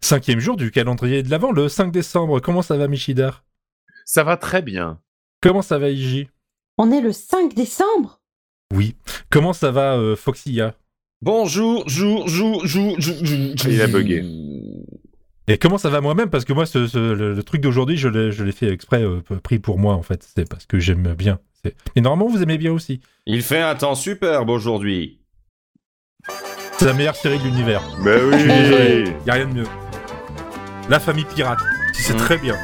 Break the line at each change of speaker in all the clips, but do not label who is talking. Cinquième jour du calendrier de l'Avent, le 5 décembre. Comment ça va, Michidar
Ça va très bien.
Comment ça va, Iji
On est le 5 décembre
Oui. Comment ça va, euh, Foxia
Bonjour, jour, jour, jour, jour, jour, jour.
Il a bugué.
Et comment ça va moi-même Parce que moi, ce- ce- le, le truc d'aujourd'hui, je l'ai je l'ai fait exprès, euh, p- pris pour moi, en fait. C'est parce que j'aime bien. C'est- Mais normalement, vous aimez bien aussi.
Il fait un temps superbe aujourd'hui.
C'est la meilleure série de l'univers.
Mais Ben oui
Y a rien de mieux. La famille pirate. C'est
Mm.
très bien.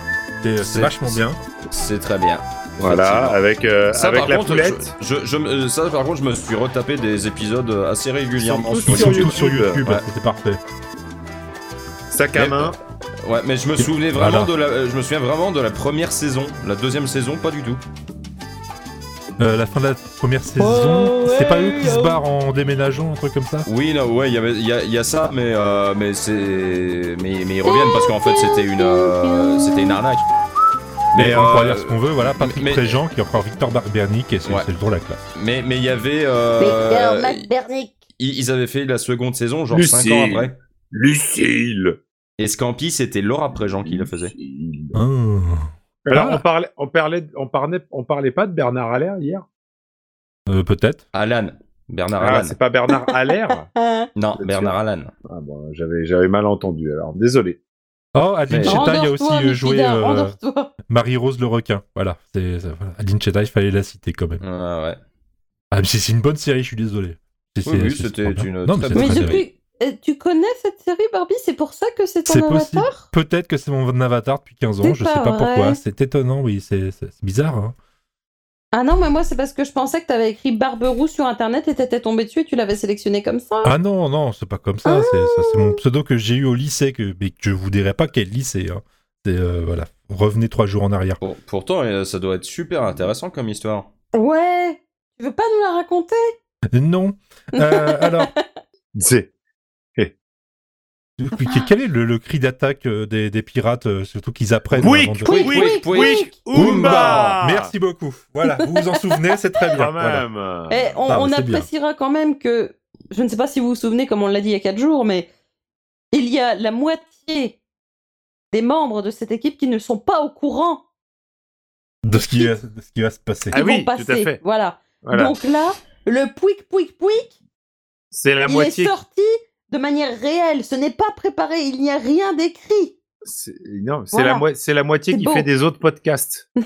C'est- C'est
C'est-
vachement bien.
C'est très bien.
Voilà,
Effectivement.
avec, euh,
Ça,
avec
par
la
contre,
poulette.
je, je- je me- euh, ça, par contre, je me suis retapé des épisodes euh, assez régulièrement
Ils sont
Ils
sur
sont
sur
YouTube. euh,
tous sur
YouTube,
YouTube,
ouais.
c'est parfait.
Sac à
Mais-
main.
Ouais, mais je me souvenais vraiment
Voilà.
de la, euh, je me souviens vraiment de la première saison, la deuxième saison, pas du tout.
Euh, la fin de la première saison, c'est pas eux qui se barrent en déménageant, un truc comme ça
Oui, là, ouais, il y avait- il y, a- il y a ça, mais euh, mais c'est, mais, mais ils reviennent parce qu'en fait c'était une, euh, c'était une arnaque.
Mais on pourra
euh,
dire ce qu'on veut, voilà, Patrick
mais-
Préjean qui est encore Victor Barbernic et c'est
Ouais.
c'est toujours la classe.
mais mais il y
Mais
avait, euh,
alors, Matt Bernick
ils, ils avaient fait la seconde saison genre
Mais
5
si.
ans après.
Lucille.
Et Scampi, c'était Laura Préjean qui le faisait.
Alors,
Ah.
on, parlait, on, parlait, on, parlait, on parlait pas de Bernard Allaire hier
Euh, Peut-être.
Alan, Bernard
Ah,
Alan.
c'est pas Bernard Allaire
Hein
Non,
Bien
Bernard
sûr.
Alan.
Ah bon, j'avais, j'avais mal entendu, alors désolé.
Oh, Adeline
Mais-
Cheta, il y a aussi
Rendors-toi,
euh, joué
Mikida,
euh,
rendors-toi.
Marie-Rose le requin. Voilà, c'est- c'est- voilà. Adeline Cheta, il fallait la citer quand même.
Ah, ouais.
Ah, mais c'est c'est une bonne série, je suis désolé. C'est-
Oui,
c'est-
oui,
c'est-
c'était
c'est pas bien.
une
Non, mais
très
c'est
bonne
Mais
très
série.
bien.
depuis... euh, Tu connais cette série, Barbie C'est pour ça que c'est
C'est
ton
possible.
avatar
Peut-être que c'est mon avatar depuis 15 ans,
C'est
je sais
pas
pas pourquoi.
vrai.
C'est étonnant, oui, c'est c'est- c'est bizarre. hein.
Ah non, mais moi, c'est parce que je pensais que t'avais écrit Barberou sur Internet et t'étais tombé dessus et tu l'avais sélectionné comme ça.
Ah non, non, c'est pas comme ça.
Ah.
C'est, ça, c'est mon pseudo que j'ai eu au lycée, que, mais que je vous dirai pas quel lycée. hein. C'est, euh, voilà, revenez trois jours en arrière.
Pour- pourtant, euh, ça doit être super intéressant comme histoire.
Ah
Ouais Tu veux pas nous la raconter
Non. Euh, alors,
C'est...
oui, quel est le, le cri d'attaque euh, des, des pirates, euh, surtout qu'ils apprennent avant de-
quick, quick, quick. Oumba.
Merci beaucoup. Voilà, vous vous en souvenez, c'est très bien.
Quand
Voilà.
même
Eh, on,
Ah, mais
on
c'est
appréciera quand même que, je ne sais pas si vous vous souvenez, comme on l'a dit il y a 4 jours, mais il y a la moitié des membres de cette équipe qui ne sont pas au courant
De ce qui, va- de ce qui va se passer.
Ah
qui
oui,
vont
tout à
passer.
fait.
Voilà.
Voilà.
Donc là, le pouic pouic pouic,
C'est la
il
moitié.
est sorti de manière réelle. Ce n'est pas préparé, il n'y a rien d'écrit.
C'est... Non, c'est,
Voilà.
la moi- c'est la moitié
C'est
qui
beau.
fait des autres podcasts. Qui-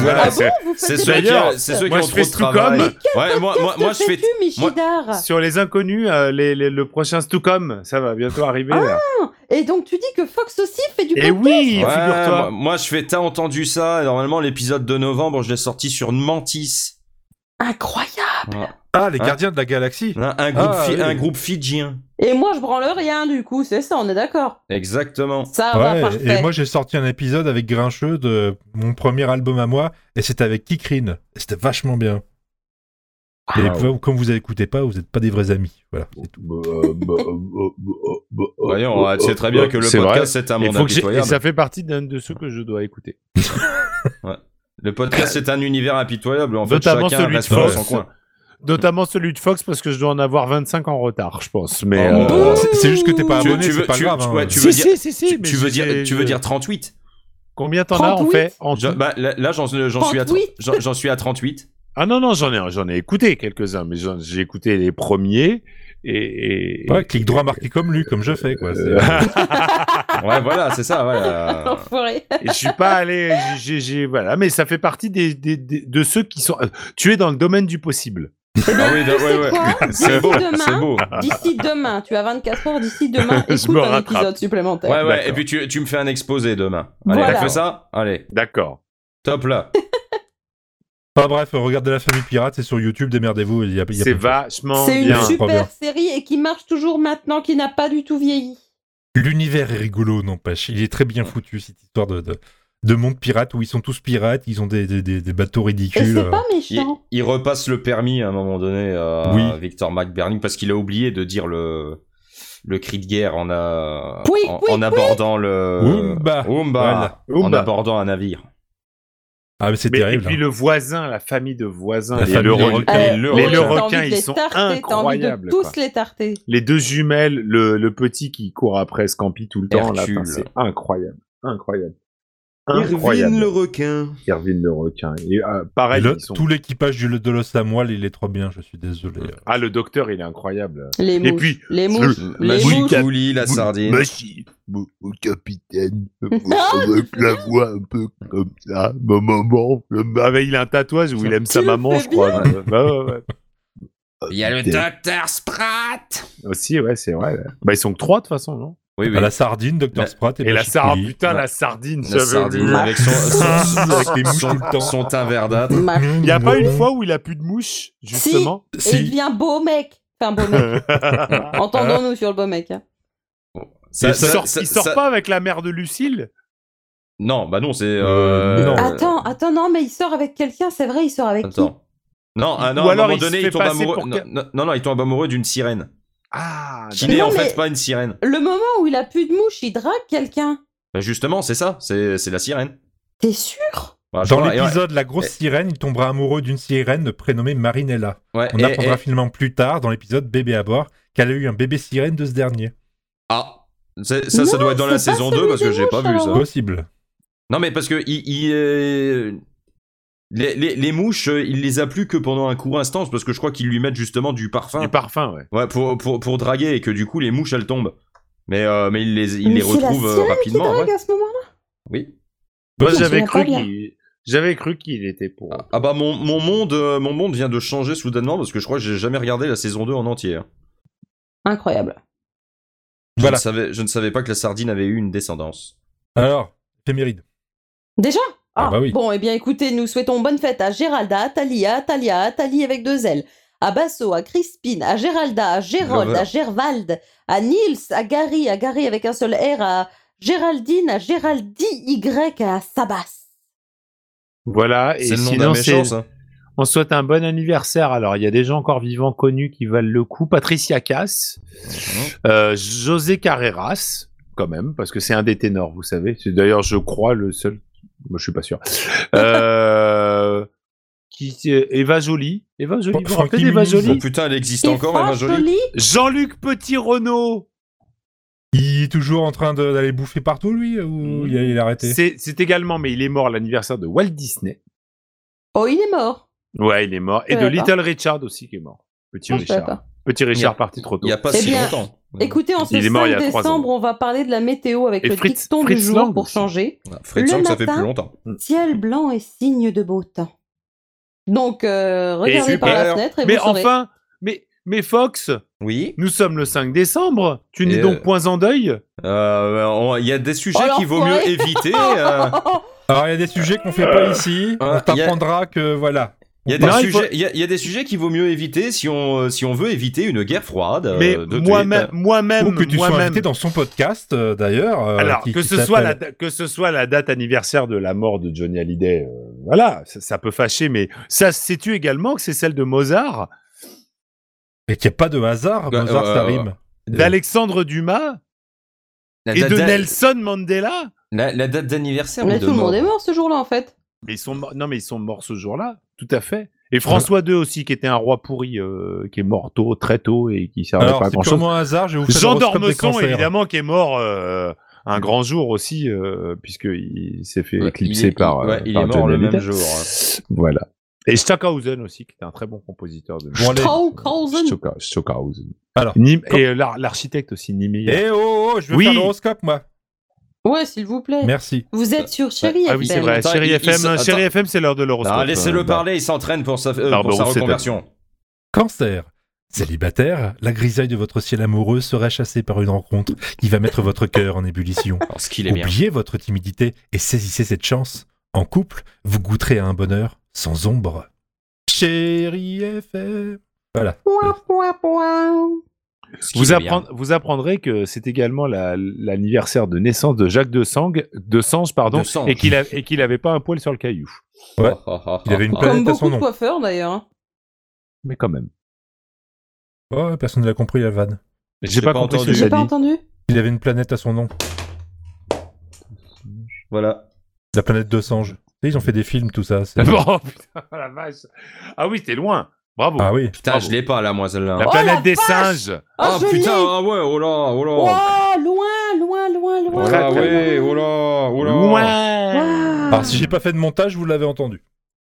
Voilà,
Ah
c'est-
bon, vous
C'est
faites
ceux
des
qui,
D'ailleurs,
c'est ceux qui
moi,
ont
je
trop
fais
de travail. Ouais, moi, moi, moi, je fais.
tu, Michidar
Sur les inconnus, euh, les- les- le prochain Stucom, ça va bientôt arriver. là.
Ah, Et donc tu dis que Fox aussi fait du
Et
podcast.
oui,
Ouais,
figure-toi.
moi, moi, je fais. T'as entendu ça Normalement, l'épisode de novembre, je l'ai sorti sur Mantis.
Incroyable.
Ah, les
Hein
gardiens de la galaxie.
Un, un groupe,
Ah,
fi-
oui.
un groupe fidjien.
Et moi, je branle rien du coup, c'est ça, on est d'accord.
Exactement.
Ça
Ouais,
va, Ah, bah, parfait.
et moi j'ai sorti un épisode avec Grincheux de mon premier album à moi, et c'était avec Kikrine. Et C'était vachement bien. Et
Ah,
vous- quand vous écoutez pas, vous n'êtes pas des vrais amis. Voilà.
Voyons, ouais, tu sais très bien que le
C'est vrai.
podcast, c'est un
Il
monde
faut que j'ai- et
impitoyable.
ça fait partie d'un de ceux que je dois écouter.
Le podcast, c'est un univers impitoyable. En fait,
Notamment
chacun
celui de
reste dans
Fox.
son coin.
Notamment celui de Fox, parce que je dois en avoir 25 en retard, je pense. Mais
Oh,
euh,
bon.
C'est- C'est juste que t'es pas
Tu-
abonné,
tu veux-
c'est pas
tu-
grave. hein.
ouais, tu
si,
veux
si,
dire-
si, si,
Tu,
mais
tu veux
j'ai-
dire, tu veux
je-
dire 38
combien t'en as en
38?
fait en
Je-
tout
bah, là, là, j'en j'en suis, à tr-
38.
j'en- j'en suis à 38.
Ah non non, j'en ai, j'en ai écouté quelques-uns, mais j'en- j'ai écouté les premiers et, et-
Ouais, clic droit marqué comme lui, comme je fais. Quoi.
Euh,
C'est-
Ouais, voilà, c'est ça. Voilà.
Ah, Enfoiré.
et je suis pas allé, j'ai, j'ai- voilà, mais ça fait partie des, des- des- de ceux qui sont. euh, Tu es dans le domaine du possible.
Ah oui, de-
Tu sais
ouais, ouais.
quoi
C'est beau,
Demain.
c'est beau.
D'ici demain, tu as 24 heures, d'ici demain,
Je
écoute
me
un
rattrape.
épisode supplémentaire.
Ouais, ouais,
D'accord.
et puis tu, tu me fais un exposé demain. Allez,
Voilà.
on fait ça Allez,
D'accord.
top là.
Enfin bref, regardez la famille pirate, c'est sur YouTube, démerdez-vous. il y a- il y a
C'est
pas de-
vachement
C'est une
bien.
su-
super
Trop bien.
série et qui marche toujours maintenant, qui n'a pas du tout vieilli.
L'univers est rigolo, n'empêche. Il est très bien foutu, cette histoire de, de, de monde pirate où ils sont tous pirates, ils ont des, des- des- des bateaux
Et
ridicules.
c'est pas
Il,
méchant.
il repasse le permis à un moment donné euh, à
Oui.
Victor McBurney parce qu'il a oublié de dire le, le cri de guerre en, a-
Oui,
en,
oui,
Euh,
en abordant le.
Oumba.
Oumba.
Voilà.
En
Oumba.
abordant un navire.
Ah, mais c'est
Mais-
terrible.
Et puis
hein.
le voisin, la famille de voisins,
La
les,
famille
le
de
requin-
requins.
Et le
les le
t'as
requin.
Euh, envie de
requin,
les
ils sont
tarter, T'as envie de
incroyables. quoi.
tous les tarter.
Les deux jumelles, le, le petit qui court après Scampi tout le temps, là,
Hercule.
enfin, c'est incroyable, incroyable. Incroyable.
Irvine le requin.
Irvine le requin. Et, euh, pareil,
Le-
ils sont-
Tout l'équipage du- de l'os à moelle, il est trop bien, je suis désolé.
Ah, le docteur, il est incroyable.
Les
Et
mouches.
puis,
les
le-
mouches.
La
Les mouches.
choucoulie, la sardine.
Merci, mon, mon capitaine. Avec la voix un peu comme ça, ma maman. le ma-
Ah, mais il a un tatouage où il aime
Tu
sa
le
maman,
fais
je crois. Bah, ouais, ouais.
Il y a le docteur Spratt.
Aussi, ouais, c'est vrai. ouais. Bah, ils sont que trois, de toute façon, non
Oui, oui.
Ah, la sardine, eh Dr.
La-
Spratt.
Et la sardine,
sardine
putain,
Ouais.
la sardine,
La
j'avais
sardine
oublié.
avec son, son-
Ah, Avec les mouches
son-
tout le temps.
son teint verdâtre.
Mâche.
Mmh,
Il n'y a pas une fois où il a plus de mouches, justement
Et il devient beau mec. Enfin, beau mec. Entendons-nous sur le beau mec. hein.
Ça-
il
ça-
sort,
ça-
il sort
ça-
pas avec la mère de Lucille
Non, bah non, c'est.
Euh,
euh,
non.
Attends, attends, non, mais il sort avec quelqu'un, c'est vrai, il sort avec qui
Attends. Non, ah non,
Ou
à un
alors
moment
il se
donné,
fait
il tombe
passer
amoureux.
pour
Non,
que-
non, non, non, il tombe amoureux d'une sirène.
Ah,
Qui
Mais
n'est
non,
en
mais-
fait pas une sirène.
Le moment où il a plus de mouche, il drague quelqu'un.
Bah justement, c'est ça, c'est c'est la sirène.
T'es sûr
Bah, je
Dans
crois, et ouais.
l'épisode La grosse
Et-
sirène, il tombera amoureux d'une sirène prénommée Marinella.
Ouais,
On
et-
apprendra
et-
finalement plus tard, dans l'épisode Bébé à bord, qu'elle a eu un bébé sirène de ce dernier.
Ah, c'est- ça, ça
Non,
doit être dans la
c'est pas
saison 2
celui
parce que
des
j'ai pas
mouches,
vu ça.
alors.
Possible.
Non, mais parce que il, il, euh, les, les, les mouches, euh, il les a plus que pendant un court instant parce que je crois qu'ils lui mettent justement du parfum.
du parfum, ouais.
Ouais, pour, pour, pour draguer et que du coup les mouches elles tombent. Mais, euh, mais il les, il
Mais
les
c'est la
retrouve euh,
sirène qui
rapidement.
drague
ouais.
à ce moment-là
Oui.
Moi,
Je me
j'avais
souviens
cru
pas bien.
qu'il... J'avais cru qu'il était pour...
Ah bah mon, mon monde euh, mon monde vient de changer soudainement parce que je crois que j'ai jamais regardé la saison 2 en entier. hein.
Incroyable.
Je,
Voilà.
ne savais, je ne savais pas que la sardine avait eu une descendance.
Alors, éphéméride.
Déjà
Ah bah oui.
Bon, eh bien écoutez, nous souhaitons bonne fête à Géralda, à Talia, à Talia, à Thalie avec deux L, à Basso, à Crispine, à Géralda, à Gérold,
Voilà.
à Gervald, à Nils, à Gary, à Gary avec un seul R, à Géraldine, à Géraldi Y, à Sabas.
Voilà, et
C'est le nom d'un
sinon,
méchant,
c'est...
ça.
on souhaite un bon anniversaire. Alors, il y a des gens encore vivants connus qui valent le coup. Patricia Cass,
Mhm.
euh, José Carreras, quand même, parce que c'est un des ténors, vous savez. C'est d'ailleurs, je crois, le seul... Moi, je suis pas sûr. Euh, Qui, euh, Eva Jolie. Eva Jolie, vous vous
Frankie
rappelez d'Eva
Muniz.
Oh
Jolie
putain, elle existe
Et
encore, Emma
Franck
Jolie.
Joly,
Jean-Luc Petit-Renaud
Il est toujours en train de- d'aller bouffer partout, lui, ou il a, il a arrêté
C'est c'est également, mais il est mort à l'anniversaire de Walt Disney.
Oh, il est mort.
Ouais, il est mort. Et
Je
de
savais pas.
Little Richard aussi qui est mort. Petit
Non, je savais
Richard.
pas.
Petit Richard
Il y a-
parti trop tôt.
Il y a pas
C'est
si
Eh bien.
longtemps.
Écoutez, en ce
Il est mort il y
5
a trois
décembre, on va parler de la météo avec
Et
le
Fritz-
dicton du
Fritz
jour
Lang
pour
aussi.
changer.
Fred
le
Sang, ça fait
matin-
plus longtemps.
Ciel blanc est signe de beau temps. Donc, euh, regardez
Et
par la
super.
fenêtre et
mais
vous saurez.
enfin, mais, mais Fox,
Oui.
nous sommes le 5 décembre. Tu n'es
Et
donc
euh,
point en deuil.
Euh, on- Il y a des sujets
Oh,
qu'il vaut mieux
l'enfoiré.
éviter. euh,
Alors, il y a des sujets qu'on fait pas ici.
euh,
On t'apprendra que, voilà.
Il y, a
On
des
Non, il
sujets-
faut-
il y a- il y a des sujets qu'il vaut mieux éviter si on, euh, si on veut éviter une guerre froide. euh,
mais
de
moi-même,
tweet.
moi-même,
Ou que tu sois
moi-même.
invité dans son podcast, euh, d'ailleurs. euh,
Alors,
qui-
que,
qui
ce soit la,
s'appelle-
da- que ce soit la date anniversaire de la mort de Johnny Hallyday, euh, voilà, ça, ça peut fâcher, mais ça, sais-tu également que c'est celle de Mozart,
Et qu'il n'y a pas de hasard,
Ouais,
Mozart,
ouais,
ça
ouais,
rime.
d'Alexandre Dumas
La
et
date
de
d'a-
Nelson Mandela
La, la date d'anniversaire.
Mais
ou de
tout le monde
mort
est mort ce jour-là, en fait.
Mais ils sont morts. Non, mais ils sont morts ce jour-là, tout à fait. Et François II aussi, qui était un roi pourri, euh, qui est mort tôt, très tôt et qui servait
Alors,
pas à
c'est
grand chose.
purement un hasard, je vais vous faire
Jean
l'horoscope des
d'Ormesson,
cancers.
évidemment, qui est mort euh, un grand jour aussi, euh, puisqu'il s'est fait
Ouais,
éclipser
il est-
par.
ouais,
euh,
il
par
est mort
Johnny
le même
Hallyday.
jour.
Voilà. Et Stockhausen aussi, qui était un très bon compositeur de
Bon, allez.
Strauchhausen.
Stocka- Stockhausen.
Alors.
Nim- et euh, l'ar- l'architecte aussi, Niemeyer.
Eh oh, oh, je vais
Oui.
faire l'horoscope, moi.
Ouais, s'il vous plaît.
Mm. Merci.
Vous êtes sur Chéri
Ah oui, c'est
FM.
vrai.
Ben, Attends,
Chérie
il- il
FM,
se-
euh, Chérie
attends.
FM, c'est l'heure de l'horoscope.
Non, Ah, laissez-le
Euh,
parler, il s'entraîne pour sa, euh,
Pardon,
pour sa
c'est
reconversion.
Cancer. Célibataire, la grisaille de votre ciel amoureux sera chassée par une rencontre qui va mettre votre cœur en ébullition.
Alors, ce qu'il est bien.
Oubliez votre timidité et saisissez cette chance. En couple, vous goûterez à un bonheur sans ombre. Chérie FM. Voilà.
Pouin, pouin, pouin.
Ce qu'il
Vous,
est
apprend- vous apprendrez que c'est également la- l'anniversaire de naissance de Jacques de Sangue, de Sange, pardon,
De Sange.
et qu'il a- et qu'il n'avait pas un poil sur le caillou.
bien.
Ouais.
Ah, ah, ah,
Il avait une
ah.
planète à son
Comme beaucoup de
nom.
coiffeurs, d'ailleurs. hein.
Mais quand même.
Oh, personne n'a compris la vanne.
J'ai pas, compris ce que
entendu.
j'ai
J'ai pas
dit.
entendu.
Il avait une planète à son nom.
Voilà.
La planète de Sange. sais, Ils ont fait des films, tout ça. c'est-
Bon, putain, la vache. Ah oui, t'es loin. Bravo.
Ah oui.
Putain,
Bravo.
je l'ai pas là, moi, celle-là.
La
Oh,
planète
la
des
vache
singes.
Ah, je
putain,
l'ai
ah ouais, oh là, oh là.
Ouah, loin, loin, loin,
Oh
loin.
là,
très, très
ouais, oh là, oh là.
Loin.
Ouah.
Ah, Alors si j'ai pas fait de montage, vous l'avez entendu.